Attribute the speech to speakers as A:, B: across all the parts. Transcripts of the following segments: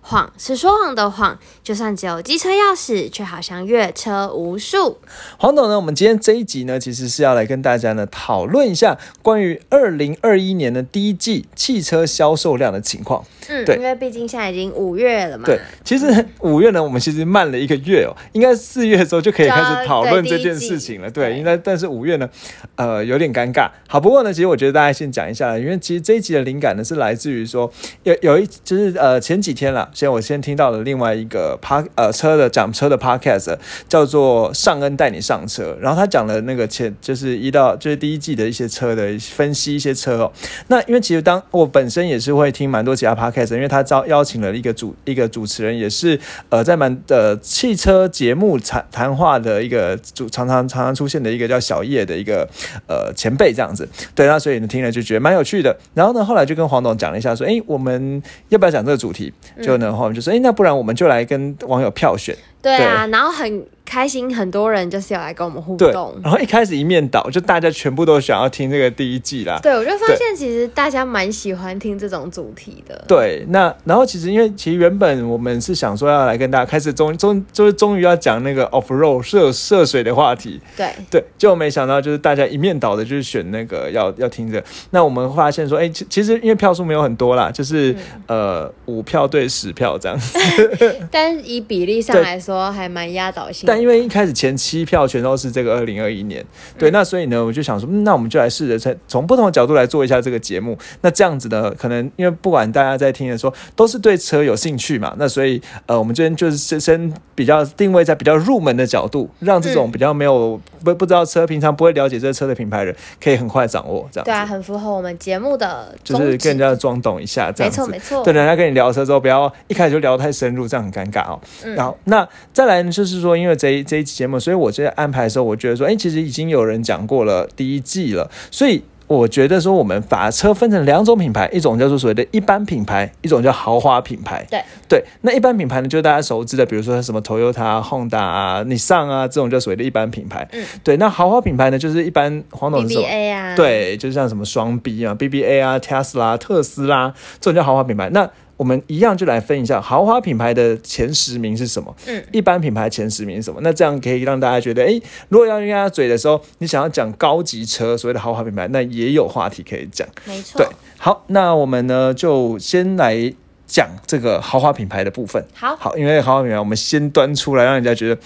A: 谎是说谎的谎，就算只有机车钥匙，却好像阅车无数。
B: 黄董呢，我们今天这一集呢，其实是要来跟大家呢讨论一下关于二零二一年的第一季汽车销售量的情况。
A: 嗯，
B: 对
A: 因为毕竟现在已经五月了嘛。嗯
B: 对，其实五月呢，我们其实慢了一个月哦，应该四月的时候就可以开始讨论这件事情了。
A: 对第一
B: 对，
A: 季
B: 应该但是五月呢，呃，有点尴尬。好，不过呢，其实我觉得大家先讲一下，因为其实这一集的灵感呢是来自于说有有一就是呃前几天啦，先我先听到了另外一个 p 呃车的讲车的 podcast 叫做尚恩带你上车，然后他讲了那个前就是一到就是第一季的一些车的分析一些车哦。那因为其实当我本身也是会听蛮多其他 podcast，的因为他招邀请了一个主一个主持人，也是呃在蛮呃汽车节目谈谈话的一个主常常常常出现的一个叫小叶的一个呃前辈这样子。对，那所以呢听了就觉得蛮有趣的。然后呢后来就跟黄董讲了一下说，诶，我们要不要讲这个主题？
A: 嗯
B: 就呢后面就说，诶，那不然我们就来跟网友票选。
A: 对啊，然后很开心，很多人就是有来跟我们互
B: 对
A: 动，。
B: 然后一开始一面倒，就大家全部都想要听这个第一季啦。
A: 对，我就发现其实大家蛮喜欢听这种主题的。
B: 对，那然后其实因为其实原本我们是想说要来跟大家开始终终就是终于要讲那个 off road 涉涉水的话题，
A: 对
B: 对，就没想到就是大家一面倒的，就是选那个要要听着。那我们发现说，哎、其其实因为票数没有很多啦，就是、呃五票对十票这样子。
A: 但以比例上
B: 对
A: 来说，还蛮压倒性的。
B: 但因为一开始前七票全都是这个二零二一年，
A: 嗯
B: 对，那所以呢，我就想说，嗯那我们就来试着从从不同的角度来做一下这个节目。那这样子呢，可能因为不管大家在听的时候都是对车有兴趣嘛，那所以呃，我们这边就是先先比较定位在比较入门的角度，让这种比较没有不不知道车，平常不会了解这车的品牌人，可以很快掌握这样子。
A: 对啊，很符合我们节目的
B: 就
A: 宗
B: 是
A: 旨。
B: 跟人家装懂一下，这样子。
A: 没错没错
B: 对，人家跟你聊车之后，不要一开始就聊太深入，这样很尴尬哦。
A: 嗯
B: 然后那再来呢，就是说，因为这一这一期节目，所以我这安排的时候，我觉得说，哎、其实已经有人讲过了第一季了，所以。我觉得说，我们把车分成两种品牌，一种叫做所谓的一般品牌，一种叫豪华品牌。
A: 对
B: 对，那一般品牌呢，就是大家熟知的，比如说什么 Toyota 啊、Honda 啊、你上啊这种叫所谓的一般品牌。
A: 嗯，
B: 对，那豪华品牌呢，就是一般黄董是什么？
A: BBA 啊，，
B: 对，就是像什么双 B 啊、BBA 啊、Tesla、特斯拉这种叫豪华品牌。那我们一样就来分一下豪华品牌的前十名是什么，
A: 嗯，
B: 一般品牌前十名是什么。那这样可以让大家觉得，诶，如果要用大家嘴的时候，你想要讲高级车，所谓的豪华品牌，那也有话题可以讲。
A: 没错
B: 对。，好，那我们呢就先来讲这个豪华品牌的部分。
A: 好
B: 好，因为豪华品牌我们先端出来，让人家觉得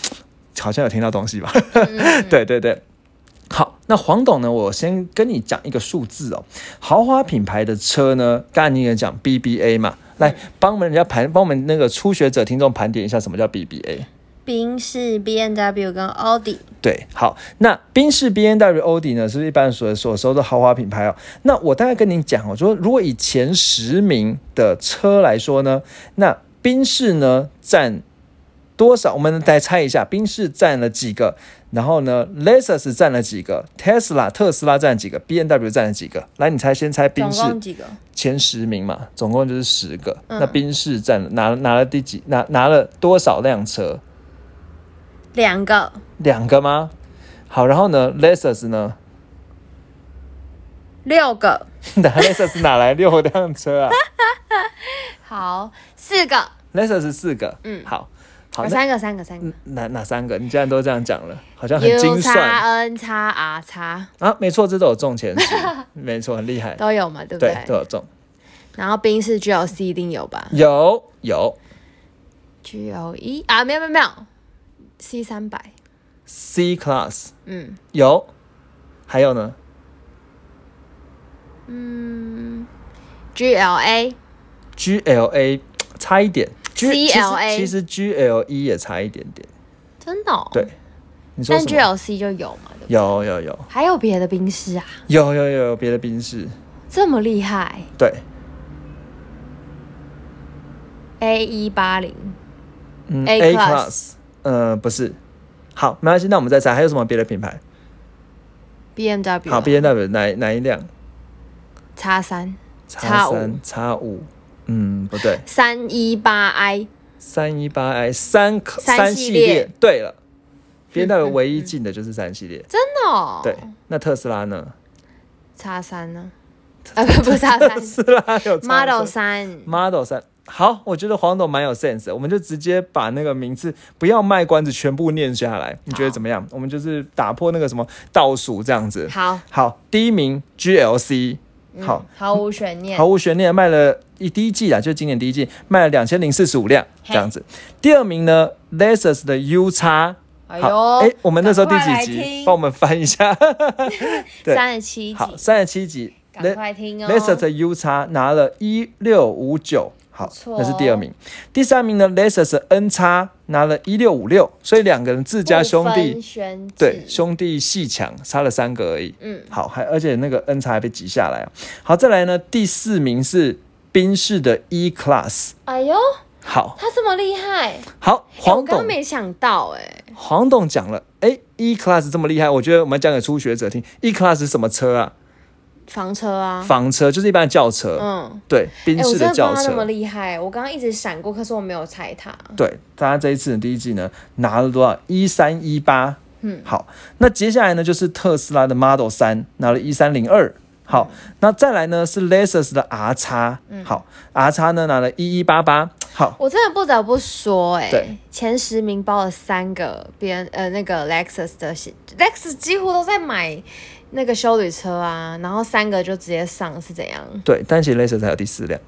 B: 好像有听到东西吧。 对对对。好，那黄董呢？我先跟你讲一个数字哦。豪华品牌的车呢，刚才你也讲 BBA 嘛，来帮我们人家盘，帮我们那个初学者听众盘点一下什么叫 BBA。
A: 宾士、B N W 跟奥迪，
B: 对，好，那宾士 B N W 欧迪呢，是一般所所收的豪华品牌哦。那我大概跟您讲哦，说如果以前十名的车来说呢，那宾士呢占多少？我们来猜一下，宾士占了几个？然后呢，Lexus 占了几个？Tesla 特斯拉占几个？B N W 占了几个？来，你猜，先猜宾
A: 总
B: 士
A: 共几个？
B: 前十名嘛，总共就是十个。
A: 嗯
B: 那宾士占了拿拿了第几？拿拿了多少辆车？
A: 两个，
B: 两个吗？好，然后呢，Lexus 呢？
A: 六个，
B: 哪 Lexus 哪来六辆车 啊
A: 好，四个，
B: ？Lexus 四个，
A: 嗯
B: 好，好，
A: 哦
B: 那
A: 三个，三个，三个。
B: 哪哪三个？你既然都这样讲了，好像很
A: U
B: 精
A: 叉
B: 算
A: N 叉 R 叉
B: 啊，没错，这都有中前 十，没错，很厉害，
A: 都有嘛，对不
B: 对
A: 对？，
B: 都有中，
A: 然后宾士 G L C 一定有吧
B: 有有
A: ？G L E 啊，没有没有没有，C 三百，
B: C Class
A: 嗯
B: 有，还有呢
A: 嗯，G L A
B: ，GLA 差一点 G, 其实
A: CLA
B: 其实 GLE 也差一点点，
A: 真的、哦，
B: 对，你说
A: 但
B: 什
A: G
B: 么？
A: L C 就有嘛，对不对？
B: 有有有
A: 还有别的宾士啊，
B: 有有有有别的宾士，
A: 这么厉害
B: 对，
A: ，A 一八零
B: 嗯
A: A
B: A
A: class
B: Class，呃，不是，好，没关系，那我们再猜，还有什么别的品牌？
A: B M W，
B: 好，B N W 哪哪一辆？
A: 叉三
B: 叉
A: 叉
B: 三、叉五，嗯，不对，
A: 三一八 I
B: 三一八 i 三
A: 三
B: 系
A: 系
B: 列
A: 列。
B: 对了，B N W 唯一进的就是三系列。
A: 真的哦。
B: 对，那特斯拉呢？
A: 叉三呢？啊，不不 是叉三
B: 特斯拉有叉
A: ，Model
B: 三
A: 三。
B: Model 三。好，我觉得黄董蛮有 sense，的我们就直接把那个名字不要卖关子，全部念下来，你觉得怎么样？我们就是打破那个什么倒数这样子。
A: 好，嗯
B: 好，第一名 GLC，好，
A: 毫无悬念
B: 毫。无悬念卖了一第一季啊，就今年第一季卖了两千零四十五辆这
A: 嘿
B: 样子。第二名呢，Lexus 的 U 叉。
A: 哎
B: 好，哎、
A: 呦，
B: 我们那时候第
A: 赶快
B: 几
A: 来
B: 集？
A: 听
B: 帮我们翻一下。对
A: 三十七
B: 好，
A: 集，
B: 三十七集。
A: 赶快听哦。
B: Lexus 的 U 叉拿了一六五九，好
A: 不，错哦
B: 那是第二名。第三名呢，Lexus 的 N 叉拿了一六五六，所以两个人自家兄
A: 不分
B: 弟
A: 轩制
B: 对兄弟戏强，差了三个而已。
A: 嗯，
B: 好，还而且那个 N 叉还被挤下来、啊。好，再来呢，第四名是宾士的 E Class。
A: 哎呦，
B: 好
A: 他这么厉害，哎
B: 好，
A: 我
B: 黄
A: 刚
B: 董
A: 刚没想到哎，
B: 黄董讲了，哎，E Class 这么厉害，我觉得我们讲给初学者听，E Class 是什么车啊？
A: 房车啊，
B: 房车就是一般的轿车，
A: 嗯，
B: 对，
A: 哎，
B: 宾
A: 我
B: 士
A: 真的不知道
B: 轿
A: 他
B: 车。
A: 那么厉害，我刚刚一直闪过，可是我没有猜他。
B: 对，大家这一次的第一季呢拿了多少？一三一八。嗯，好，那接下来呢就是特斯拉的 Model 三拿了一三零二。好，那再来呢是 Lexus 的 R 叉、好，R 叉呢拿了一一八八。好，
A: 我真的不得不说、欸，
B: 对
A: 前十名包了三个别人呃那个 Lexus 的系，Lexus 几乎都在买那个修旅车啊，然后三个就直接上是怎样
B: 对，但其实 Lexus 还有第四辆。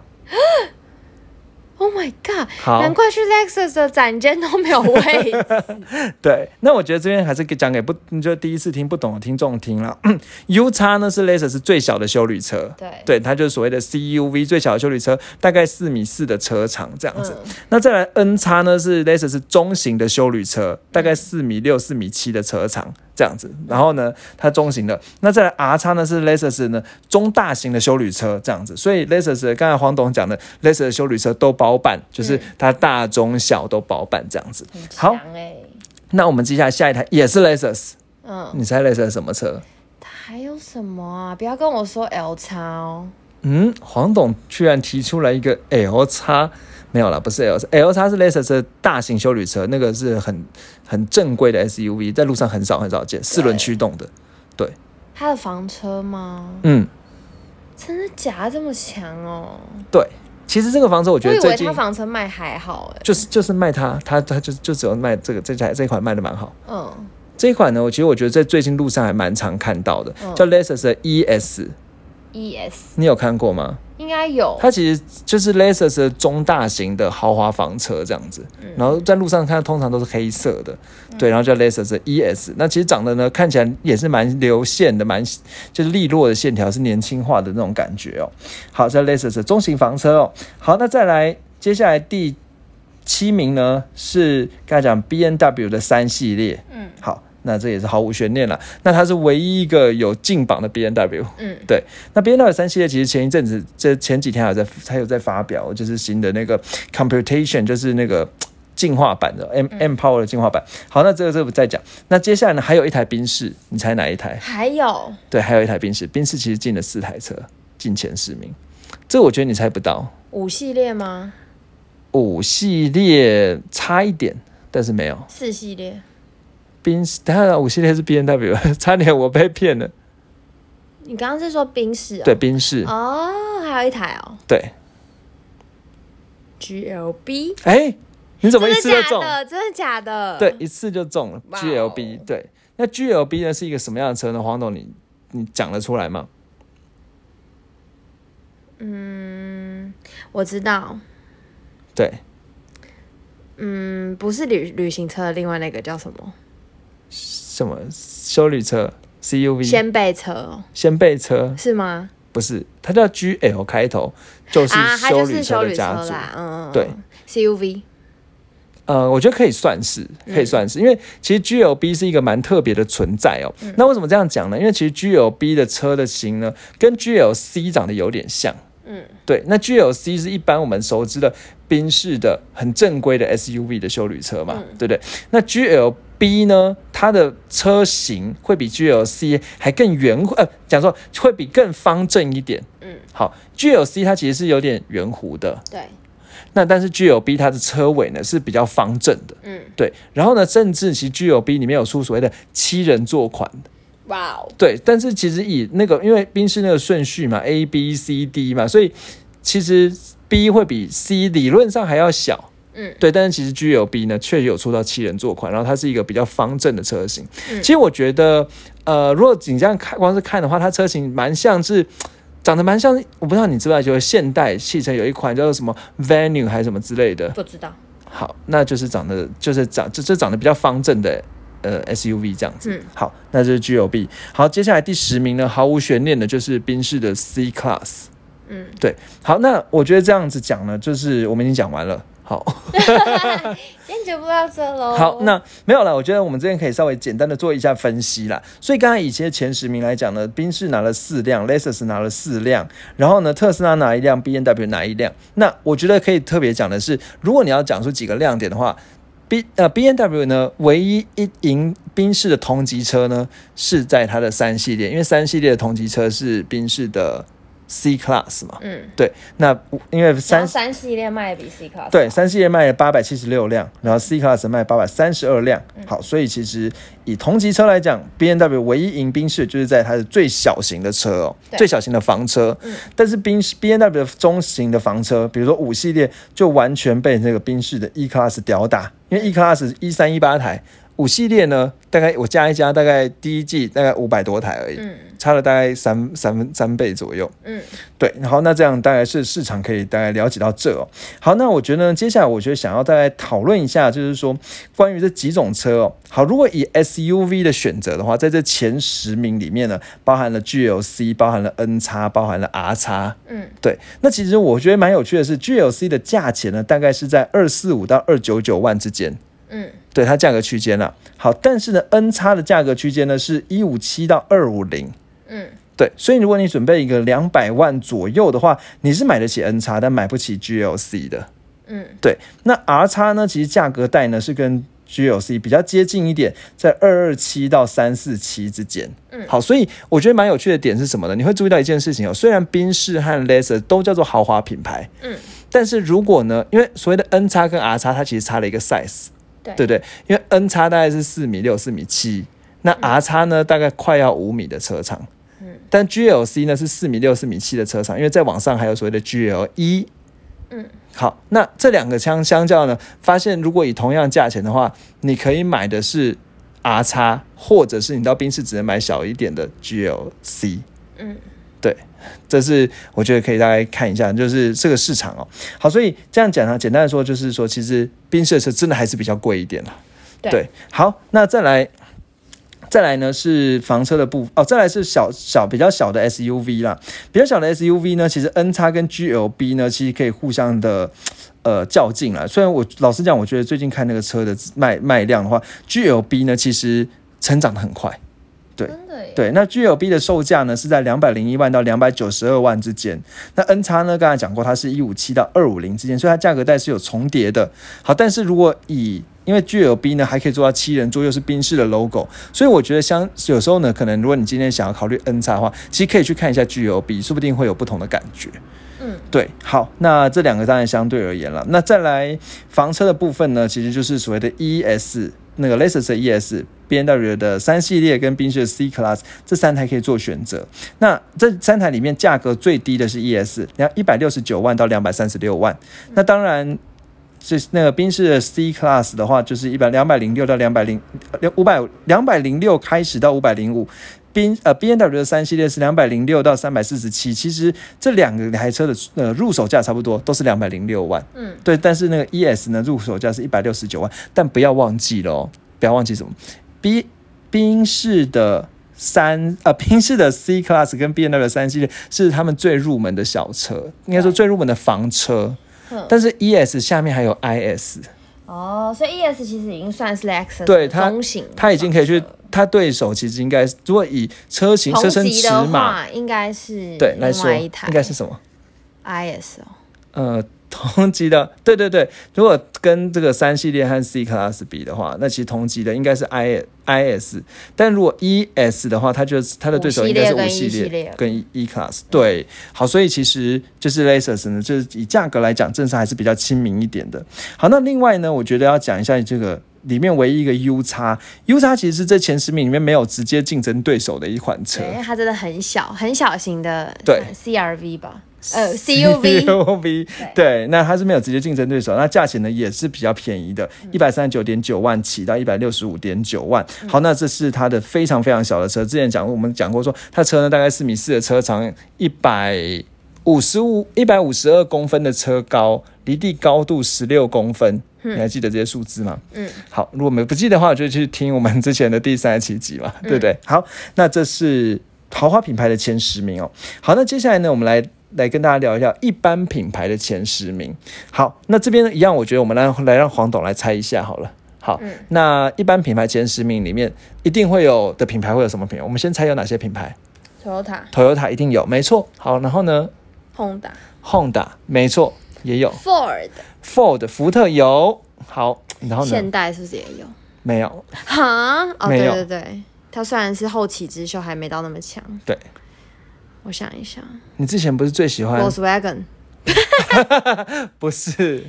A: ？Oh my god！
B: 好
A: 难怪去 Lexus 的展间都没有位置。
B: 对，那我觉得这边还是给讲给不就第一次听不懂的听众听了。U 叉呢是 Lexus 最小的修旅车，
A: 对
B: 对，它就是所谓的 CUV 最小的修旅车，大概四米四的车长这样子。
A: 嗯
B: 那再来 N 叉呢是 Lexus 是中型的修旅车，大概四米六、四米七的车长这样子。
A: 嗯
B: 然后呢，它中型的。那再来 R 叉呢是 Lexus 呢中大型的修旅车这样子。所以 Lexus 刚才黄董讲的，Lexus 的修旅车都包办，就是它大、中、小都包办这样子。好
A: 嗯很强哎、
B: 那我们接下来下一台也是 Lexus，
A: 嗯，
B: 你猜 Lexus 什么车？
A: 还有什么啊？不要跟我说 L 叉哦，
B: 嗯，黄董居然提出来一个 L 叉，没有啦，不是 L 叉，L 叉是 Lexus 的大型修旅车，那个是很很正规的 SUV，在路上很少很少见，四轮驱动的。
A: 他的房车吗？
B: 嗯，
A: 真的假的这么强哦？
B: 对，其实这个房车我觉
A: 我
B: 得
A: 以
B: 最
A: 为
B: 近
A: 他房车卖还好哎、
B: 就是就是卖它，它它就就只有卖这个这台这一款卖的蛮好。
A: 嗯，
B: 这一款呢，我其实我觉得在最近路上还蛮常看到的，
A: 嗯
B: 叫 Lexus 的 ES，
A: ES
B: 你有看过吗？
A: E 应该有。
B: 它其实就是 Lexus 的中大型的豪华房车这样子，然后在路上看通常都是黑色的，对，然后叫 Lexus 的 ES。那其实长得呢看起来也是蛮流线的，蛮就是利落的线条，是年轻化的那种感觉哦。好，这 Lexus 的中型房车哦。好，那再来接下来第七名呢是刚才讲 B N W 的三系列，
A: 嗯，
B: 好，那这也是毫无悬念了。那它是唯一一个有进榜的 B N W。
A: 嗯，
B: 对。那 B N W 三系列其实前一阵子，这前几天还有在，它有在发表，就是新的那个 computation，就是那个。进化版的
A: 嗯
B: M M Power 的进化版，好，那这个这个不再讲。那接下来呢，还有一台宾士，你猜哪一台？
A: 还有
B: 对，还有一台宾士。宾士其实进了四台车，进前十名。这我觉得你猜不到。
A: 五系列吗？
B: 五系列差一点，但是没有。
A: 四系列？
B: 宾士，当然五系列是 B N W，差 点我被骗了。
A: 你刚刚是说宾士、哦？
B: 对，宾士，
A: 哦，还有一台哦
B: 对。
A: ，GLB。
B: 哎、你怎么一
A: 真
B: 次
A: 的
B: 就
A: 假
B: 中？
A: 的？真的假的？
B: 对，，一次就中了。
A: 哇哦
B: GLB，对。那 GLB 呢是一个什么样的车呢？黄董你，你讲得出来吗？
A: 嗯，我知道，
B: 对，
A: 嗯，不是旅旅行车的另外那个叫什么？
B: 什么修旅车 CUV
A: 掀背车哦
B: 掀背车
A: 是吗？
B: 不是，它叫 GL 开头，就是
A: 啊，它
B: 修
A: 就是
B: 旅
A: 修
B: 车
A: 旅
B: 的
A: 车
B: 家族。
A: 啦，嗯，嗯
B: 对
A: ，CUV，
B: 呃，我觉得可以算是，
A: 嗯
B: 可以算是，因为其实 GLB 是一个蛮特别的存在哦。
A: 嗯
B: 那为什么这样讲呢？因为其实 GLB 的车的型呢，跟 GLC 长得有点像。
A: 嗯，
B: 对，那 GLC 是一般我们熟知的宾士的很正规的 SUV 的修旅车嘛，
A: 嗯
B: 对不对？那 GLB 呢，它的车型会比 GLC 还更圆，呃，讲说会比更方正一点。
A: 嗯，
B: 好，GLC 它其实是有点圆弧的，
A: 对，
B: 那但是 G L B 它的车尾呢是比较方正的，
A: 嗯，
B: 对。然后呢，甚至其实 G L B 里面有出所谓的七人座款的，
A: 哇哦，
B: 对。但是其实以那个因为宾士那个顺序嘛，A B C D 嘛，所以其实 B 会比 C 理论上还要小。
A: 嗯，
B: 对，但是其实 G L B 呢，确实有出到七人座款，然后它是一个比较方正的车型。
A: 嗯
B: 其实我觉得，呃，如果你这样看，光是看的话，它车型蛮像是。长得蛮像，我不知道你知不知道，就是现代汽车有一款叫做什么 Venue 还是什么之类的。
A: 不知道，
B: 好，那就是长得就是长就就长得比较方正的呃 SUV 这样子。
A: 嗯
B: 好，那就是 G L B。好，接下来第十名呢，毫无悬念的就是宾士的 C Class。
A: 嗯，
B: 对，好，那我觉得这样子讲呢，就是我们已经讲完了。好，
A: 今天节目到这喽。
B: 好，那没有了。我觉得我们这边可以稍微简单的做一下分析啦。所以刚才以前前十名来讲呢，宾士拿了四辆，Lexus 拿了四辆，然后呢，特斯拉拿一辆，B N W 拿一辆。那我觉得可以特别讲的是，如果你要讲出几个亮点的话，B 呃 B N W 呢，唯一一赢宾士的同级车呢，是在它的三系列，因为三系列的同级车是宾士的 C Class 嘛。
A: 嗯，
B: 对，那因为
A: 然
B: 三
A: 后三系列卖的比 C Class
B: 对，三系列卖了八百七十六辆，然后 C Class 卖八百三十二辆。
A: 嗯
B: 好，所以其实以同级车来讲，B N W 唯一赢宾士就是在它的最小型的车哦，
A: 对
B: 最小型的房车。
A: 嗯
B: 但是宾 B N W 的中型的房车，比如说五系列，就完全被那个宾士的 E Class 吊打，因为 E Class 一三一八台，五系列呢，大概我加一加，大概第一季大概五百多台而已，
A: 嗯
B: 差了大概三三分三倍左右。
A: 嗯
B: 对，然后那这样大概是市场可以大概了解到这哦。好，那我觉得呢，接下来我觉得想要大概讨论一下，就是说关于这几种车哦。好，如果以 SUV 的选择的话，在这前十名里面呢，包含了 GLC，包含了 N 叉，包含了 R 叉。
A: 嗯，
B: 对，那其实我觉得蛮有趣的是，GLC 的价钱呢，大概是在二四五到二九九万之间。
A: 嗯，
B: 对它价格区间啦、好，但是呢，N 叉的价格区间呢是一五七到二五零，
A: 嗯，
B: 对，所以如果你准备一个两百万左右的话，你是买得起 N 叉，但买不起 GLC 的。
A: 嗯，
B: 对，那 R 叉呢，其实价格带呢是跟 GLC 比较接近一点，在二二七到三四七之间。
A: 嗯
B: 好，所以我觉得蛮有趣的点是什么呢？你会注意到一件事情哦，虽然宾士和 Lexus 都叫做豪华品牌，
A: 嗯，
B: 但是如果呢，因为所谓的 N 叉跟 R 叉，它其实差了一个 size。
A: 对
B: 对不对？因为 N 叉大概是四米六、四米七，那 R 叉呢、大概快要五米的车长。
A: 嗯
B: 但 GLC 呢是四米六、四米七的车长，因为在网上还有所谓的 E GL 一。
A: 嗯，
B: 好，那这两个相相较呢，发现如果以同样价钱的话，你可以买的是 R 叉，或者是你到宾士只能买小一点的 GLC。
A: 嗯，
B: 对，这是我觉得可以大概看一下，就是这个市场哦。好，所以这样讲呢，简单的说就是说，其实宾士的车真的还是比较贵一点啦。
A: 对
B: 好，那再来。再来呢是房车的部哦，再来是小小比较小的 SUV 啦，比较小的 SUV 呢，其实 N 叉跟 GLB 呢，其实可以互相的呃较劲啦。虽然我老实讲，我觉得最近看那个车的卖卖量的话，GLB 呢其实成长的很快，对
A: 真的耶，
B: 对，那 GLB 的售价呢是在两百零一万到两百九十二万之间。那 N 叉呢，刚才讲过，它是一五七到二五零之间，所以它价格带是有重叠的。好，但是如果以因为 GLB 呢还可以做到七人座，又是宾士的 logo，所以我觉得相有时候呢，可能如果你今天想要考虑 N 叉的话，其实可以去看一下 GLB，说不定会有不同的感觉。
A: 嗯，
B: 对，好，那这两个当然相对而言了。那再来房车的部分呢，其实就是所谓的 ES 那个 Lexus 的 ES。B N W 的三系列跟宾士的 C Class 这三台可以做选择。那这三台里面价格最低的是 E S，然后一百六十九万到两百三十六万。那当然，就是那个宾士的 C Class 的话，就是一百两百零六到两百零两五百两百零六开始到五百零五。宾呃 B N W 的三系列是两百零六到三百四十七，其实这两个台车的呃入手价差不多，都是两百零六万。
A: 嗯，
B: 对，但是那个 E S 呢，入手价是一百六十九万，但不要忘记了哦，不要忘记什么，B 宾士的三呃宾士的 C Class 跟 B N W 的三系列是他们最入门的小车，应该说最入门的房车，
A: 嗯
B: 但是 E S 下面还有 I S，
A: 哦，所以 ES 其实已经算是 Lexus
B: 对
A: 的
B: 它
A: 中型了，
B: 它已经可以去，它对手其实应该如果以车型车
A: 同
B: 身
A: 级
B: 尺
A: 的
B: 码
A: 话应该是
B: 对来
A: 另
B: 说，
A: 外一
B: 应
A: 台
B: 该是什么？
A: IS 哦，
B: 呃， 同级的，对对对，如果跟这个三系列和 C Class 比的话，那其实同级的应该是 I I S，但如果 E S 的话，它就是它的对手应该是五
A: 五
B: 系
A: 系
B: 列
A: 列跟 E 系列
B: 跟 E, e Class。对，好，所以其实就是 Lexus 呢，就是以价格来讲，正是还是比较亲民一点的。好，那另外呢，我觉得要讲一下这个。里面唯一一个 U 叉，U 叉其实是这前十名里面没有直接竞争对手的一款车
A: 对，因为哎它真的很小，很小型的，
B: 对
A: ，CRV 吧， 呃，CUV，
B: CUV，
A: 对
B: 对，那它是没有直接竞争对手，那价钱呢也是比较便宜的，
A: 嗯
B: 一百三十九点九万起到一百六十五点九万。好，那这是它的非常非常小的车，之前讲过，我们讲过说，它车呢大概四米四的车长，一百五十五一百五十二公分的车高，离地高度十六公分。你还记得这些数字吗？
A: 嗯，
B: 好，如果没不记得的话，就去听我们之前的第三十七集嘛，对不对？好，那这是豪华品牌的前十名哦。好，那接下来呢，我们来来跟大家聊一下一般品牌的前十名。好，那这边呢一样，我觉得我们来来让黄董来猜一下好了。好，那一般品牌前十名里面一定会有的品牌会有什么品牌？我们先猜有哪些品牌
A: Toyota、
B: ？Toyota 一定有，没错。好，然后呢
A: Honda、
B: ，Honda 没错也有
A: Ford，
B: ，Ford 福特有。好，然后呢
A: 现？代是不是也有？
B: 没有，
A: 哈，哦，
B: 没
A: 对
B: 有
A: 对对，它虽然是后起之秀，还没到那么强。
B: 对。
A: 我想一想
B: 你之前不是最喜欢？
A: ，Volkswagen，
B: 不是，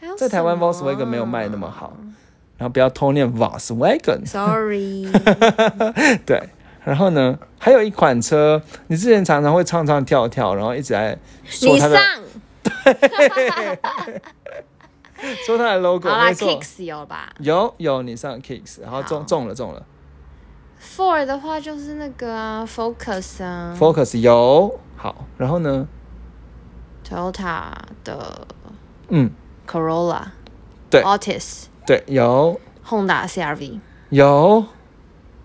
A: 还有
B: 在台湾
A: 什么
B: Volkswagen 没有卖那么好，然后不要偷念 Volkswagen。
A: Sorry，
B: 对，然后呢，还有一款车，你之前常常会唱唱跳跳，然后一直在 说
A: 你
B: 它
A: 上
B: 的说它的 logo，
A: 好啦
B: 没错，
A: ，Kicks 有吧
B: 有有你上 Kicks，然后中
A: 好
B: 中了中了
A: ？Ford 的话就是那个啊，Focus 啊
B: ，Focus 有好，然后呢，
A: ，Toyota 的
B: 嗯，
A: Corolla，
B: 对
A: ，Altis。
B: 对，有
A: Honda CRV
B: 有，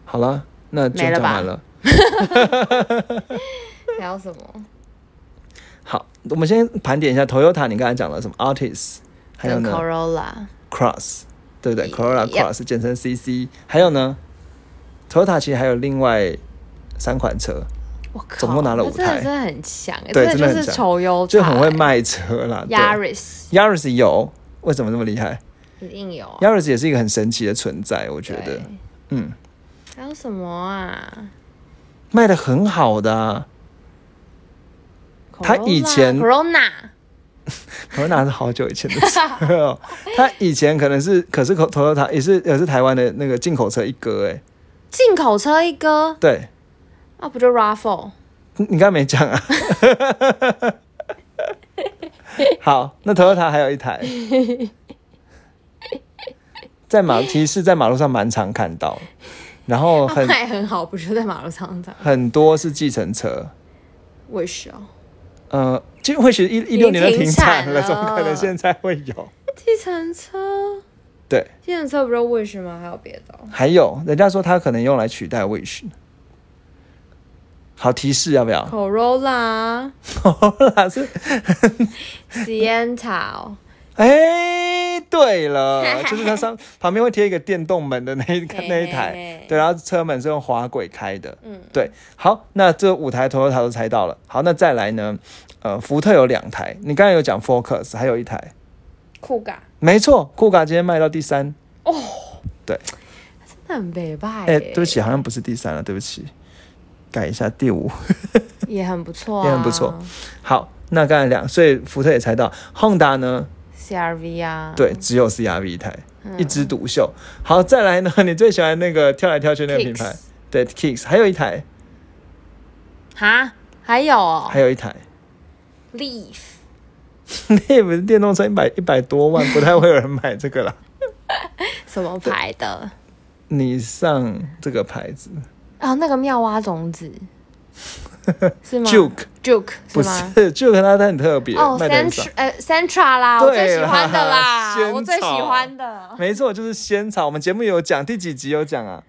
B: 好了，那就
A: 没了
B: 讲
A: 吧
B: 完了。
A: 还有什么？
B: 好，我们先盘点一下 Toyota，你刚才讲了什么 Artist，还有
A: 跟
B: 呢
A: Corolla
B: Cross，对不对
A: Yeah.
B: ？Corolla Cross 简称 CC，还有呢，Toyota 其实还有另外三款车，
A: 我靠，
B: 总共拿了五
A: 它真
B: 台
A: 的真的很强欸，
B: 对真的
A: 的
B: 很
A: 就
B: 强
A: 是丑优，
B: 就很会。卖车啦。对
A: Yaris
B: Yaris 有，为什么这么厉害
A: 一定有啊，
B: ？Yaris 也是一个很神奇的存在，我觉得
A: 对，
B: 嗯，
A: 还有什么啊？
B: 卖的很好的、啊。它以前
A: Corona，
B: Corona 是好久以前的车、哦，它以前可能是，可是 Toyota 也是也是台湾的那个进口车一哥，哎，
A: 进口车一哥，
B: 对，
A: 那不就 Raffle？
B: 你你刚才没讲 啊。好，那 Toyota 还有一台，在马其实在马路上蛮常看到，然后
A: 它
B: 很
A: 卖很好，不就在马路上长？
B: 很多是计程车，
A: 为什么？
B: 呃，就或许一一六年都
A: 已经
B: 停
A: 停
B: 产
A: 产
B: 了，
A: 了
B: 怎么可能现在会有？
A: 计程车，
B: 对，
A: 计程车不就 Wish 吗？还有别的哦？
B: 还有人家说它可能用来取代 Wish。好提示要不要？
A: Corolla、
B: Toyota 是
A: Sienta 哦
B: 哎、对了，就是它上旁边会贴一个电动门的那一个那一台
A: 嘿，
B: 对，然后车门是用滑轨开的，
A: 嗯，
B: 对。好，那这五台 Toyota 都猜到了，好，那再来呢？呃，福特有两台，你刚才有讲 Focus，还有一台，
A: 酷嘎，
B: 没错，酷卡今天卖到第三，
A: 真的很北派
B: 哎、
A: 欸，
B: 对不起，好像不是第三了，对不起，改一下第五。
A: 也很不错、啊，
B: 也很不错好，那刚才两，所以福特也猜到，Honda 呢？
A: 嗯 CRV 啊，
B: 对，只有 CRV 一台，
A: 嗯
B: 一枝独秀。好，再来呢？ 你最喜欢那个跳来跳去那个品牌
A: Kicks？
B: 对，Kicks，还有一台，
A: 哈，还有哦
B: 还有一台，
A: Leaf
B: 那也不是电动车，一百一百多万，不太会有人买这个啦。
A: 什么牌的？
B: 你上这个牌子
A: 啊，那个妙蛙 种子是吗
B: Juke
A: Juke
B: 不
A: 是吗？
B: 是 Juke，它很特别，
A: 哦
B: 卖的很少
A: ，Centra，。呃，Centra 啦，我最
B: 对
A: 喜欢的
B: 啦
A: 啦，我最喜
B: 仙草
A: 欢的。
B: 没错，就是仙草。我们节目有讲，第几集有讲啊？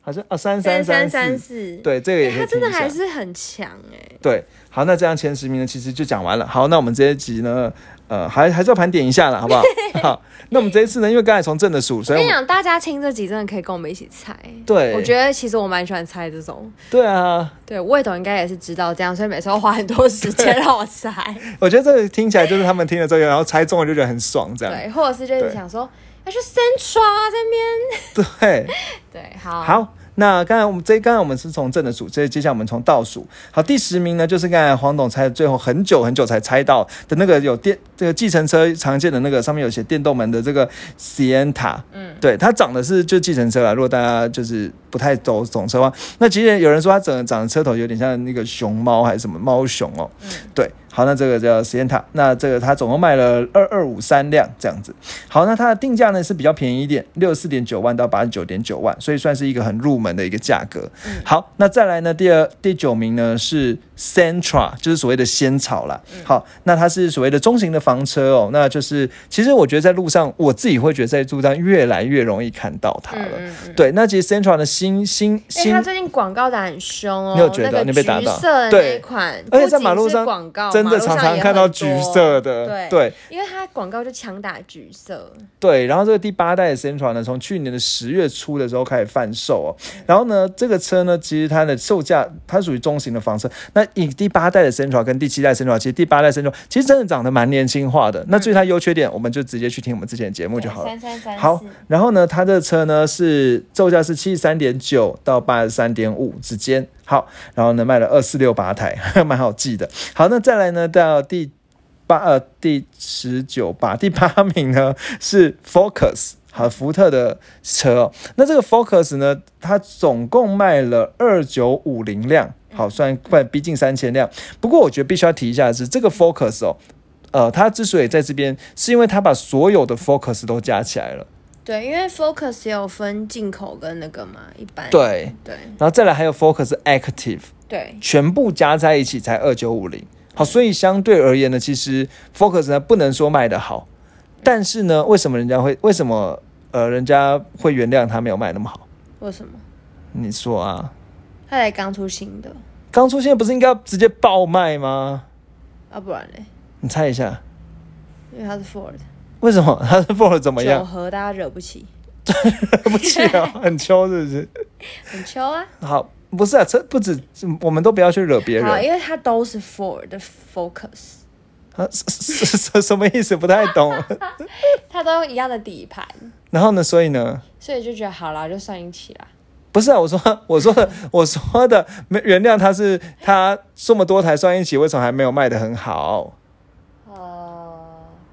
B: 好像啊三
A: 三
B: 三
A: 三
B: 四，
A: 四，
B: 对，这个也
A: 欸，
B: 可以
A: 他真的
B: 听一下
A: 还是很强哎，
B: 对，好，那这样前十名呢，其实就讲完了。好，那我们这一集呢，呃，还还是要盘点一下了，好不 好？好，那我们这一次呢，因为刚才从正的数，所
A: 我
B: 以
A: 跟
B: 我
A: 你
B: 们
A: 讲，大家听这集真的可以跟我们一起猜。
B: 对
A: 我觉得其实我蛮喜欢猜这种。
B: 对啊，
A: 对，魏董应该也是知道这样，所以每次都花很多时间让我猜。
B: 我觉得这个听起来就是他们听了之后，然后猜中了就觉得很爽，这样
A: 对，或者是就是
B: 对
A: 想说要去 Central 啊这
B: 对。
A: 边。 对，好，，
B: 好，那刚才我们这刚才我们是从正的数，所以接下来我们从倒数。好，第十名呢，就是刚才黄董猜，最后很久很久才猜到的那个有电这个计程车常见的那个上面有写电动门的这个 Sienta，嗯，对，它长的是就计程车啊。如果大家就是不太懂懂车的话，那其实有人说它整个长的车头有点像那个熊猫还是什么猫熊哦，对，好，那这个叫 Sienta，那这个它总共卖了二二五三辆这样子。好，那它的定价呢是比较便宜一点，六十四点九万到八十九点九万，所以算是一个很入门的一个价格。
A: 嗯
B: 好，那再来呢，第二第九名呢是 Sentra，就是所谓的仙草啦。
A: 嗯
B: 好，那它是所谓的中型的房车哦，那就是其实我觉得在路上，我自己会觉得在路上越来越容易看到它了。对，那其实 Sentra 的新新
A: 嗯因
B: 新
A: 为他最近广告打很凶哦，
B: 你有觉得
A: 那个
B: 你被打到
A: 橘色的那
B: 对
A: 一款，
B: 而且在马路
A: 不仅
B: 上
A: 是广告，
B: 真的
A: 马路
B: 常
A: 上
B: 常
A: 也
B: 看到
A: 很
B: 橘
A: 多
B: 色的，
A: 对
B: 对。
A: 因为它广告就强打橘色，
B: 对，然后这个第八代的 Sentra 呢，从去年的十月初的时候开始贩售哦。然后呢，这个车呢，其实它的售价它属于中型的房车。那以第八代的 Sentra 跟第七代 Sentra，其实第八代 Sentra 其实真的长得蛮年轻化的。那至于它优缺点，我们就直接去听我们之前的节目就好了。
A: 三三三
B: 好，然后呢，它这车呢是售价是七十三点九到八十三点五之间。好，然后呢卖了二四六八台， 蛮好记的。好，那再来呢到第八呃第十九吧，第八名呢是 Focus。好，福特的车、哦，那这个 Focus 呢，它总共卖了二九五零辆，好，算快逼近三千辆。不过我觉得必须要提一下的是，这个 Focus 哦，呃，它之所以在这边，是因为它把所有的 Focus 都加起来了。
A: 对，因为 Focus 也有分进口跟那个嘛，一般
B: 对，
A: 对
B: 然后再来还有 Focus Active，
A: 对，
B: 全部加在一起才二九五零。好，所以相对而言呢，其实 Focus 呢不能说卖得好，但是呢，为什么人家会为什么呃人家会原谅它没有卖那么好？
A: 为什么？
B: 你说啊，
A: 它才刚出新的
B: 刚出现不是应该直接爆卖吗？
A: 啊，不然嘞，
B: 你猜一下，
A: 因为它是 Ford，
B: 为什么 它的 Ford 怎么
A: 九
B: 样？
A: 合大家惹不起，
B: 对不起 啊，很秋是不是？
A: 很秋啊。
B: 好，不是啊，这不止，我们都不要去惹别人。
A: 好，因为它都是 Ford 的 Focus，
B: 啊，什什什什么意思？不太懂。
A: 它都用一样的底盘，
B: 然后呢？所以呢？
A: 所以就觉得好啦，就算一起啦。
B: 不是啊，我说 我说的我说的没原谅他是他这么多台算一起，为什么还没有卖的很好？
A: 呃，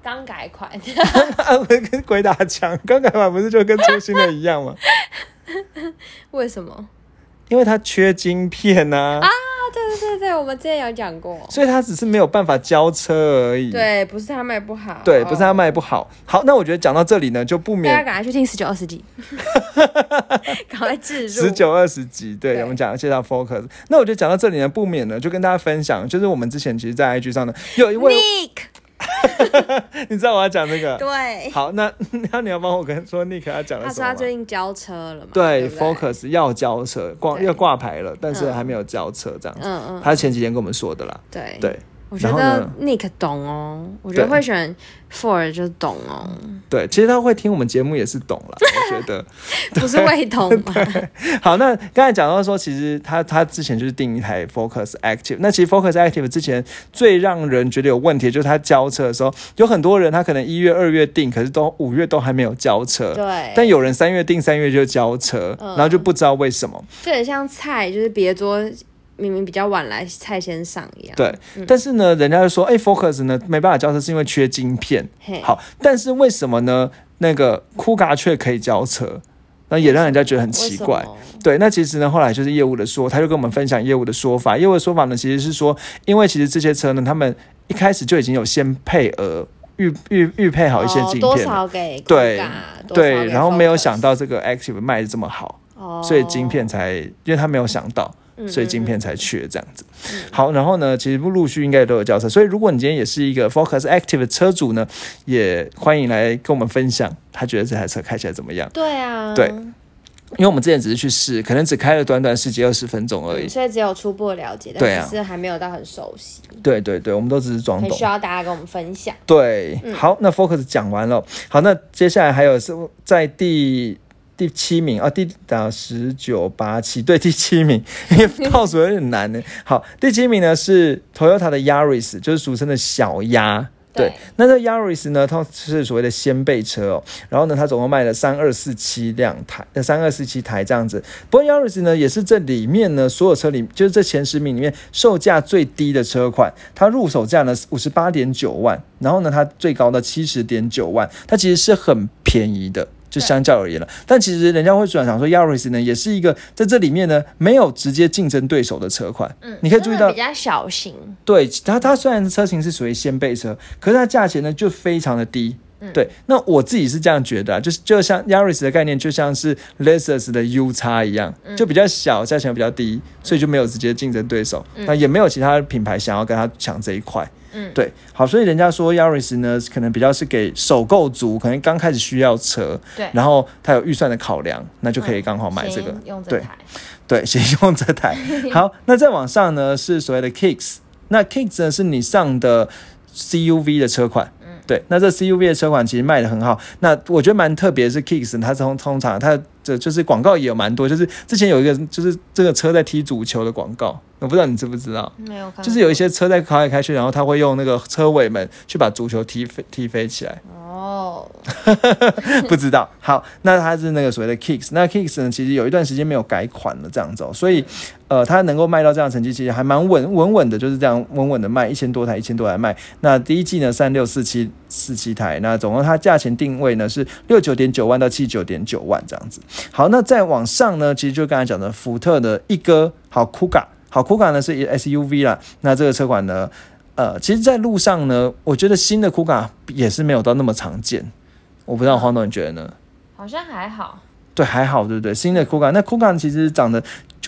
A: 刚改款，
B: 跟鬼打墙，刚改版不是就跟出新的一样吗？
A: 为什么？
B: 因为它缺晶片呐、
A: 啊，对对对对，我们之前有讲过。
B: 所以它只是没有办法交车而已。
A: 对，不是它卖不好，
B: 对，不是它
A: 哦
B: 卖不好。好，那我觉得讲到这里呢，就不
A: 大家
B: 免
A: 赶快去听十九二十集，赶快置入
B: 十九二十集，对
A: 对
B: 我们讲介绍 Focus。那我觉得讲到这里呢，不免呢就跟大家分享，就是我们之前其实，在 IG 上呢有一位，
A: Nick，
B: 你知道我要讲这个，
A: 对，
B: 好，那 那你要帮我跟说 Nick 要讲的
A: 他
B: 什
A: 说
B: 么
A: 他
B: 吗
A: 最近交车了嘛，
B: 对
A: 对
B: Focus 要交车，挂
A: 对
B: 要挂牌了，但是
A: 嗯
B: 还没有交车这样子。
A: 嗯哎嗯，
B: 他前几天跟我们说的啦，
A: 对，
B: 对
A: 我觉
B: 然后
A: 得
B: 呢
A: Nick 懂哦，我觉得
B: 对
A: 会选 Ford 就懂哦，
B: 对，其实他会听我们节目也是懂 了，我觉得。
A: 不是魏彤吗？
B: 好，那刚才讲到说，其实他他之前就是订一台 Focus Active，那其实 Focus Active 之前最让人觉得有问题，就是他交车的时候，有很多人他可能一月、二月订，可是都五月都还没有交车。
A: 对，
B: 但有人三月订，三月就交车，
A: 嗯
B: 然后就不知道为什么。
A: 就很像菜，就是别桌明明比较晚来，菜先上一样，
B: 对，但是呢，人家就说，哎、f o c u s 呢没办法交车，是因为缺晶片。
A: 嘿，
B: 好，但是为什么呢？那个酷嘎却可以交车，那也让人家觉得很
A: 为
B: 奇
A: 什
B: 怪。
A: 么，
B: 对，那其实呢，后来就是业务的说，他就跟我们分享业务的说法。业务的说法呢，其实是说，因为其实这些车呢，他们一开始就已经有先配额预预预配好一些
A: 哦
B: 晶
A: 多
B: 片了，
A: 少给
B: 对
A: Kuga，多少
B: 对，
A: 给
B: 然后没有
A: Focus
B: 想到这个 Active 卖的这么好。
A: 哦，
B: 所以晶片才，因为他没有想到，所以晶片才缺这样子。好，然后呢，其实陆续应该都有交车，所以如果你今天也是一个 Focus Active 的车主呢，也欢迎来跟我们分享，他觉得这台车开起来怎么样。
A: 对啊，
B: 对。因为我们之前只是去试，可能只开了短短十几二十分钟而已。
A: 所以只有初步的了解，
B: 对啊
A: 但是是还没有到很熟悉，
B: 对对对，我们都只是装
A: 很
B: 懂
A: 需。要大家跟我们分享。
B: 对，好，那 Focus 讲完了，好，那接下来还有是在第第七名啊，第打十九八七， 对，第七名，因为倒数有点难呢。好，第七名呢是 Toyota 的 Yaris，就是俗称的小鸭。对
A: 对，
B: 那这 Yaris 呢，它是所谓的掀背车哦。然后呢，它总共卖了三二四七辆台，那三二四七台这样子。不过 Yaris 呢，也是这里面呢所有车里，就是这前十名里面售价最低的车款，它入手价呢五十八点九万，然后呢它最高的七十点九万，它其实是很便宜的。就相较而言了，但其实人家会转想说，Yaris 呢也是一个在这里面呢没有直接竞争对手的车款。
A: 嗯，
B: 你可以注意
A: 真
B: 到
A: 的比较小型，
B: 对，它它虽然车型是属于掀背车，可是它价钱呢就非常的低。
A: 嗯
B: 对，那我自己是这样觉得、啊，就是就像 Yaris 的概念，就像是 Lexus 的 U 叉一样，
A: 嗯
B: 就比较小，价钱比较低，所以就没有直接竞争对手，那也没有其他品牌想要跟它抢这一块。
A: 嗯
B: 对，好，所以人家说 Yaris 呢，可能比较是给首购族，可能刚开始需要车，
A: 对嗯
B: 然后他有预算的考量，那就可以刚好买这个，
A: 先用这
B: 对
A: 台，
B: 对， 先用这台。好，那再往上呢是所谓的 Kicks，那 Kicks 呢是你上的 CUV 的车款。对，那这 CUV 的车款其实卖的很好。那我觉得蛮特别的是 Kicks，它通通常它的就是广告也有蛮多，就是之前有一个就是这个车在踢足球的广告，我不知道你知不知道，
A: 没有看过，
B: 就是有一些车在开来开去，然后它会用那个车尾门去把足球踢飞踢飞起来。
A: 哦，
B: 不知道。好，那它是那个所谓的 Kicks，那 Kicks 呢，其实有一段时间没有改款了，这样子、哦，所以呃，它能够卖到这样的成绩，其实还蛮稳稳稳的，就是这样稳稳的卖，一千多台，一千多台卖。那第一季呢，三六四七四七台，那总共它价钱定位呢是六九点九万到七九点九万这样子。好，那再往上呢，其实就刚才讲的福特的一哥，好酷嘎，好酷嘎呢是 SUV 啦，那这个车款呢。呃，其实，在路上呢，我觉得新的酷嘎也是没有到那么常见。我不
A: 嗯
B: 知道黄总你觉得呢？
A: 好像还好，
B: 对，还好，对不对？新的 Kuga，那 Kuga 其实长得，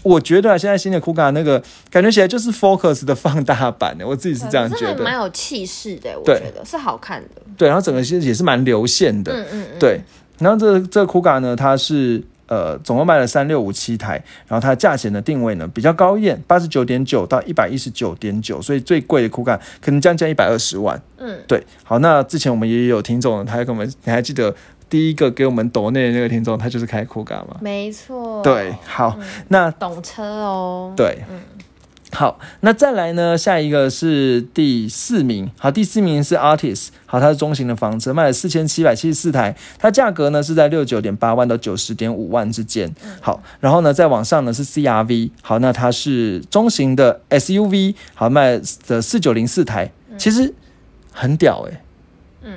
B: 我觉得啊，现在新的 Kuga 那个感觉起来就是 Focus 的放大版欸的，我自己是这样
A: 对
B: 觉
A: 真的蛮
B: 得。
A: 有气势的，我
B: 对
A: 觉得是好看的，
B: 对，然后整个其实也是蛮流线的，
A: 嗯嗯嗯，
B: 对。然后这这 Kuga 呢，它是呃总共卖了三六五七台，然后它的价钱的定位呢比较高一点，八十九点九到一百一十九点九，所以最贵的 Kuga 可能将近一百二十万。
A: 嗯，
B: 对，好，那之前我们也有听众，他还跟我们，你还记得第一个给我们抖内的那个听众，他就是开 Kuga 吗？
A: 没错，
B: 对，，好，那
A: 懂车哦，
B: 对，好，那再来呢？下一个是第四名，好，第四名是 Artist，好，它是中型的房车，卖了四千七百七十四台，它价格呢是在六九点八万到九十点五万之间。好，然后呢，再往上呢是 CRV，好，那它是中型的 SUV，好，卖的四九零四台，其实很屌诶、
A: 嗯，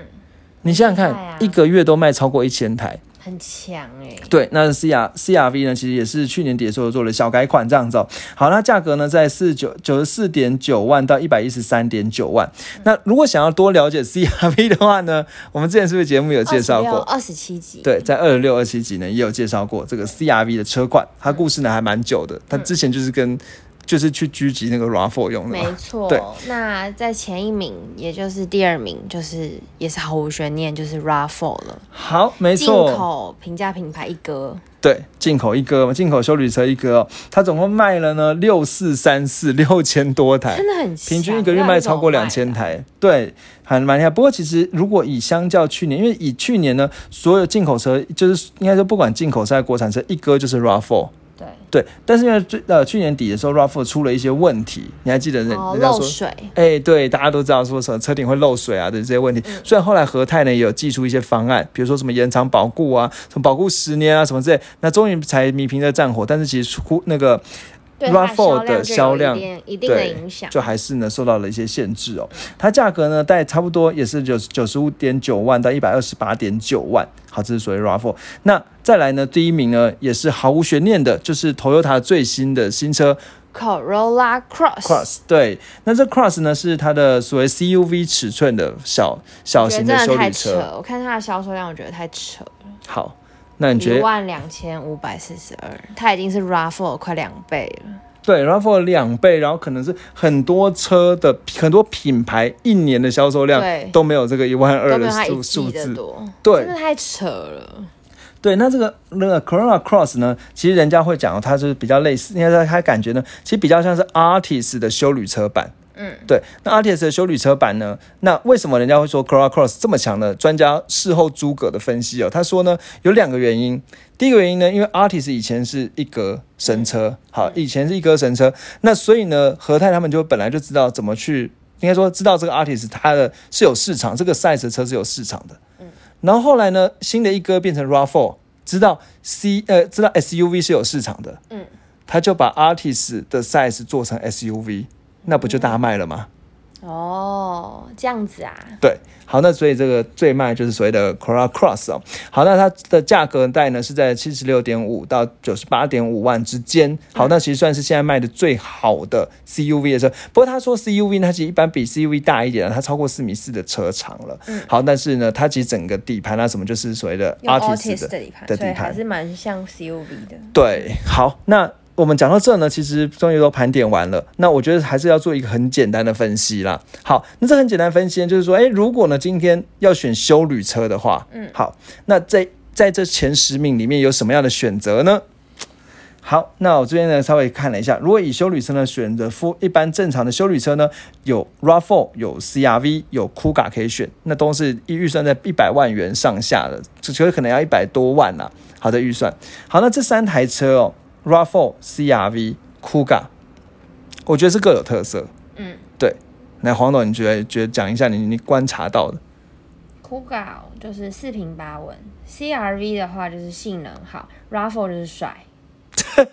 B: 你想想
A: 很厉害
B: 看
A: 啊，
B: 一个月都卖超过一千台，
A: 很强哎，
B: 对，那 C R C R V 呢，其实也是去年底的时候做了小改款这样子、哦。好，那价格呢在四九九十四点九万到一百一十三点九万。
A: 嗯
B: 那如果想要多了解 C R V 的话呢，我们之前是不是节目有介绍过？
A: 二十七集，
B: 对，在二十六、二七集呢也有介绍过这个 CRV 的车款，它故事呢还蛮久的。它
A: 嗯
B: 之前就是跟就是去狙击那个 RAV4 用的嘛，
A: 没错
B: 对，
A: 那在前一名，也就是第二名，就是也是毫无悬念，就是 RAV4 了，
B: 好，没
A: 进
B: 错，
A: 口平价品牌一哥，
B: 对，进口一哥嘛，进口修旅车一哥、哦，它总共卖了呢六四三四六千多台，
A: 真的很强
B: 哎平均一个月卖超过两千，台，对，还蛮厉害。不过其实如果以相较去年，因为以去年呢，所有进口车就是应该说不管进口车还是国产车，一哥就是 RAV4。
A: 对，
B: 对，但是因为最呃去年底的时候，RAV4 出了一些问题，你还记得人、
A: 哦，
B: 人家
A: 漏
B: 说？
A: 水，
B: 哎、对，大家都知道说什么车顶会漏水啊的这些问题。虽然后来和泰呢也有寄出一些方案，比如说什么延长保固啊，什么保固十年啊什么之类，那终于才弥平了战火。但是其实出那个
A: 对它
B: RAV4 的销
A: 销量
B: 量
A: 就有一定一定的
B: 对
A: 影响，
B: 就还是呢受到了一些限制哦。它价格呢，在差不多也是九九十五点九万到一百二十八点九万，好，这是所谓 RAV4。那再来呢，第一名呢也是毫无悬念的，就是 Toyota 最新的新车
A: Corolla Cross。
B: Cross。对，那这 Cross 呢是它的所谓 CUV 尺寸的小
A: 我
B: 小
A: 觉
B: 型
A: 得真
B: 的修
A: 的
B: 理
A: 太扯
B: 车。
A: 了，我看它的销售量，我觉得太扯了，
B: 好，那你觉
A: 一
B: 得
A: 万两千五百四十二，它已经是 RAV4 快两倍了，
B: 对 RAV4 两倍，然后可能是很多车的很多品牌一年的销售量
A: 对
B: 都没有这个一万二
A: 都没
B: 的
A: 有它
B: 数
A: 一
B: 数
A: 季的
B: 字。
A: 多，
B: 对
A: 真的太扯了。
B: 对，那这个那个 Corolla Cross 呢，其实人家会讲它就是比较类似，因为它它感觉呢，其实比较像是 Artist 的修旅车版。
A: 嗯，
B: 对，那 Artist 的修旅车版呢？那为什么人家会说 Corolla Cross 这么强呢？专家事后诸葛的分析哦，他说呢有两个原因。第一个原因呢，因为 Artist 以前是一格神车，好，以前是一格神车，那所以呢，和泰他们就本来就知道怎么去，应该说知道这个 Artist 它的是有市场，这个 size 的车是有市场的。然后后来呢，新的一哥变成 RAV4，知道 C 呃知道 SUV 是有市场的，
A: 嗯，
B: 他就把 Artist 的 size 做成 SUV，那不就大卖了吗？
A: 嗯哦，这样子啊，
B: 对，好，那所以这个最卖就是所谓的 Corolla Cross 哦。好，那它的价格带呢是在七十六点五到九十八点五万之间。
A: 嗯
B: 好，那其实算是现在卖的最好的 CUV 的车。不过他说 CUV 呢，它其实一般比 CUV 大一点啊，它超过四米四的车长了。好，但是呢，它其实整个底盘啊什么就是所谓的
A: 嗯用
B: Artist
A: Altis
B: 的
A: 的底盘，
B: 的
A: 所
B: 底
A: 以还
B: 盘。
A: 是蛮像 CUV 的。
B: 对，好，那我们讲到这呢，其实终于都盘点完了。那我觉得还是要做一个很简单的分析啦。好，那这很简单分析呢，就是说，哎，如果呢今天要选修旅车的话，嗯，好，那在在这前十名里面有什么样的选择呢？好，那我这边呢稍微看了一下，如果以修旅车呢选择夫一般正常的修旅车呢，有 RAV4、有 CRV、有 Kuga 可以选，那都是一预算在一百万元上下的，只觉得可能要一百多万啦、好的预算，好，那这三台车哦，RAV4、CRV、Kuga，我觉得是各有特色。
A: 嗯，
B: 对。那黄董，你觉得觉得讲一下你你观察到的？
A: Kuga 哦就是四平八稳，CRV 的话就是性能好，Raffle 就是帅。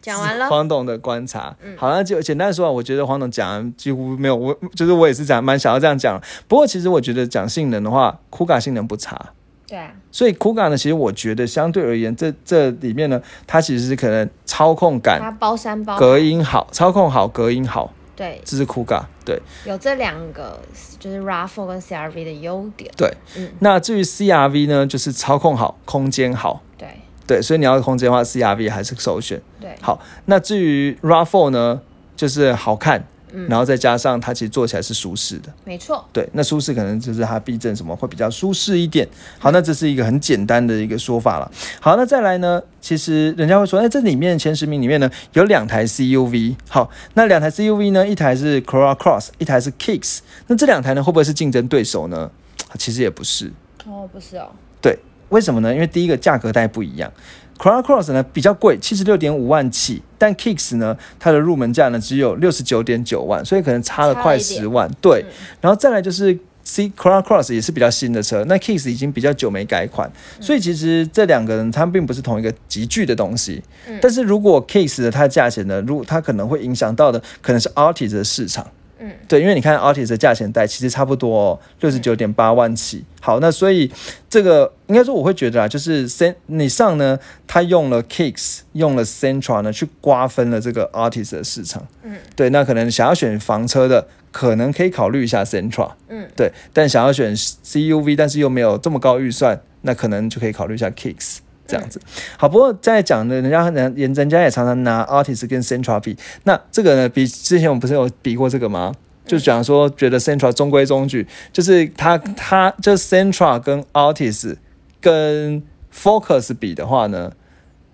A: 讲完了，嗯
B: 黄董的观察。好，那就简单地说啊，我觉得黄董讲几乎没有，我就是我也是讲蛮想要这样讲。不过其实我觉得讲性能的话，Kuga 性能不差。
A: 对啊，
B: 所以 Kuga 呢，其实我觉得相对而言，这这里面呢，它其实是可能操控感、
A: 它包山包海
B: 隔音好，操控好、隔音好，
A: 对，
B: 这是 Kuga。对，
A: 有这两个就是 Raffle 跟 CRV 的优点。
B: 对，
A: 嗯
B: 那至于 CRV 呢，就是操控好，空间好，
A: 对
B: 对，所以你要空间的话，CRV 还是首选。
A: 对，
B: 好，那至于 RAV4 呢，就是好看，然后再加上它其实坐起来是舒适的，
A: 没错。
B: 对，那舒适可能就是它避震什么会比较舒适一点。好，那这是一个很简单的一个说法了。好，那再来呢，其实人家会说，哎，这里面前十名里面呢有两台 CUV，好，那两台 CUV 呢，一台是 Corolla Cross，一台是 Kicks，那这两台呢会不会是竞争对手呢？其实也不是，
A: 哦，不是哦，
B: 对，为什么呢？因为第一个价格带不一样，Corolla Cross 呢比较贵，七十六点五万起，但 Kicks 呢它的入门价呢只有六十九点九万，所以可能差了快
A: 差了一
B: 十
A: 点嗯
B: 万。对，然后再来就是。C Corolla Cross 也是比较新的车，那 Kicks 已经比较久没改款，
A: 嗯
B: 所以其实这两个人他们并不是同一个集聚的东西。
A: 嗯
B: 但是如果 Kicks 的它的价钱呢，如它可能会影响到的可能是 Artist 的市场。
A: 嗯，
B: 对，因为你看 Artist 的价钱带其实差不多、哦，六十九点八万
A: 嗯
B: 起。好，那所以这个应该说我会觉得啊，就是 Cen 你上呢，他用了 Kicks，用了 Sentra 呢去瓜分了这个 Artist 的市场。
A: 嗯，
B: 对，那可能想要选房车的，可能可以考虑一下 Sentra。
A: 嗯，
B: 对，但想要选 CUV，但是又没有这么高预算，那可能就可以考虑一下 Kicks。这样子，好，不过在讲的，人家人人人家也常常拿 Artist 跟 Sentra 比，那这个呢，比之前我们不是有比过这个吗？就讲说，觉得 Sentra 中规中矩，就是它它就是 Sentra 跟 Altis 跟 Focus 比的话呢，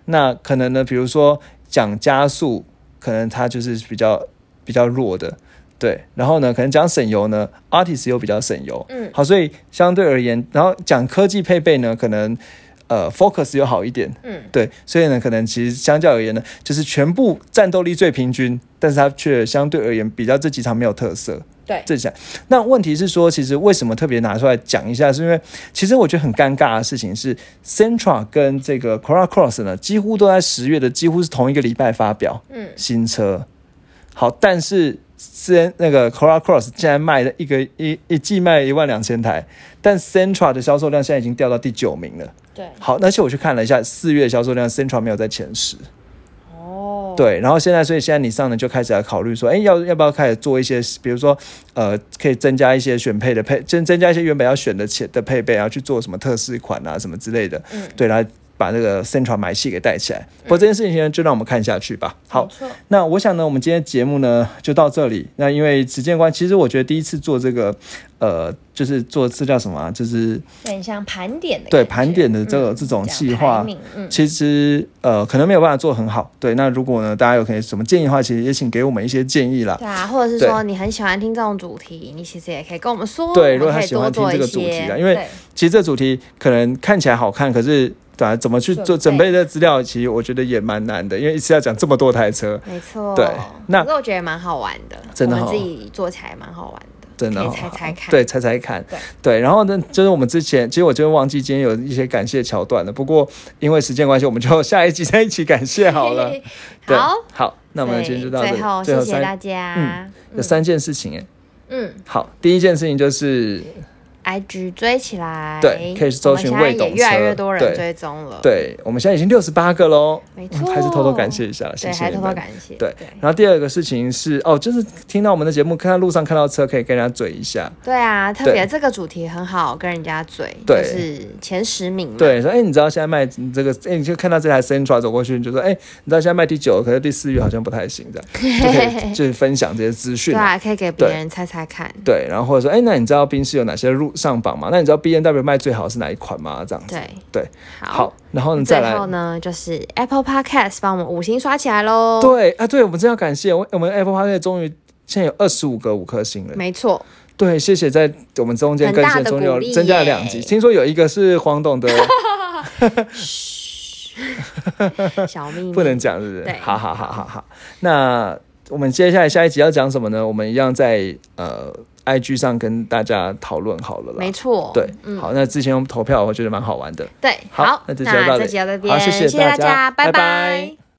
B: 那可能呢，比如说讲加速，可能它就是比较比较弱的，对。然后呢，可能讲省油呢，Altis 又比较省油，
A: 嗯
B: 好，所以相对而言，然后讲科技配备呢，可能呃 Focus 又好一点，
A: 嗯，
B: 对，所以呢，可能其实相较而言呢，就是全部战斗力最平均，但是它却相对而言比较这几场没有特色。
A: 对，
B: 这讲，那问题是说，其实为什么特别拿出来讲一下？是因为其实我觉得很尴尬的事情是，Sentra 跟这个 Corolla Cross 呢，几乎都在十月的，几乎是同一个礼拜发表
A: 嗯，
B: 新车。好，但是先那个 Corolla Cross 竟然卖了一个一一季卖一万两千台，但 Sentra 的销售量现在已经掉到第九名了。
A: 对，
B: 好，而且我去看了一下，四月销售量，Sentra 没有在前十。
A: 哦，，
B: 对，然后现在，所以现在你上呢就开始要考虑说，哎，要要不要开始做一些，比如说，呃，可以增加一些选配的配，增增加一些原本要选的钱的配备，然后去做什么特试款啊，什么之类的。
A: 嗯
B: 对，来把那个 Central 买气给带起来。不过这件事情呢，就让我们看下去吧。好
A: 没错，
B: 那我想呢，我们今天节目呢就到这里。那因为时间关，其实我觉得第一次做这个，呃，就是做这叫什么、啊，就是
A: 有点像盘点的感觉，
B: 对盘点的这个、这种
A: 讲
B: 计
A: 排
B: 划
A: 名，嗯，
B: 其实呃可能没有办法做很好。对，那如果呢大家有可能什么建议的话，其实也请给我们一些建议啦。
A: 对啊，或者是
B: 对
A: 说你很喜欢听这种主题，你其实也可以跟我们说，
B: 对
A: 我
B: 如果
A: 们
B: 他
A: 可以
B: 喜欢
A: 多做
B: 听这
A: 一
B: 个主题
A: 些
B: 啊因为
A: 对
B: 其实这主题可能看起来好看，可是对啊，怎么去做
A: 准
B: 准
A: 备
B: 备这资料，其实我觉得也蛮难的，因为一次要讲这么多台车，
A: 没错，
B: 对那
A: 可是我觉得蛮好玩的，
B: 真的
A: 我们
B: 好
A: 自己做起来蛮好玩的，
B: 真的
A: 可以
B: 哦
A: 猜猜看，
B: 对，猜猜看，
A: 对
B: 然后呢，就是我们之前，其实我就忘记今天有一些感谢桥段了，不过因为时间关系，我们就 下一集再一起感谢好 了。
A: 嘿嘿嘿
B: 对
A: 好，，
B: 好，那我们今天就到这
A: 所以
B: 里
A: 最。后
B: 最后
A: 谢谢大
B: 三
A: 家，
B: 有三件事情哎，
A: 嗯
B: 好，第一件事情就是
A: ，IG 追起来，
B: 对可以搜寻
A: 我们
B: 未
A: 现在
B: 懂
A: 也越来
B: 车
A: 越多人
B: 对
A: 追踪了，
B: 对，我们现在已经六十八个喽，
A: 没
B: 嗯
A: 错
B: 还是偷偷感谢一下了，谢
A: 对，
B: 谢
A: 还
B: 你
A: 偷偷
B: 们。
A: 感谢，
B: 对，然后第二个事情是哦，就是听到我们的节目，看到路上看到车，可以跟人家嘴一下。
A: 对啊，特别
B: 对
A: 这个主题很好跟人家嘴，
B: 对
A: 就是前十名嘛，
B: 对，说哎、你知道现在卖这个，哎、你就看到这台 Sentra 走过去，你就说哎、你知道现在卖第九，可是第四月好像不太行，这 样就可以就是分享这些资讯
A: 对
B: 啊。
A: 啊，可以给别人猜猜看，
B: 对，然后或者说哎、那你知道宾士有哪些路上榜吗？那你知道 B N W 卖最好是哪一款吗？这样子。
A: 对，啊
B: 对，好，，然后呢再
A: 最
B: 来
A: 后。呢就是 Apple Podcast 帮我们五星刷起来喽，
B: 对啊，对，我们真的要感谢我我们 Apple p a s 终于现在有二十五个五颗星了。
A: 没 错，
B: 对，谢谢在我们中间
A: 很
B: 更
A: 大
B: 新
A: 的
B: 中
A: 鼓
B: 有
A: 励
B: 增加了两
A: 耶
B: 集，听说有一个是黄 董的，
A: 小秘密
B: 不能讲，是不是
A: 对？
B: 好好好好好，那我们接下来下一集要讲什么呢？我们一样在呃 IG 上跟大家讨论好了啦。
A: 没错，嗯
B: 对，好，那之前我们投票我觉得蛮好玩的。
A: 对，
B: 好
A: 好，
B: 那
A: 那
B: 这集就到这里
A: 这集到这
B: 好
A: 边，
B: 谢谢
A: 谢大
B: 大家
A: 家，
B: 拜
A: 拜
B: 拜
A: 拜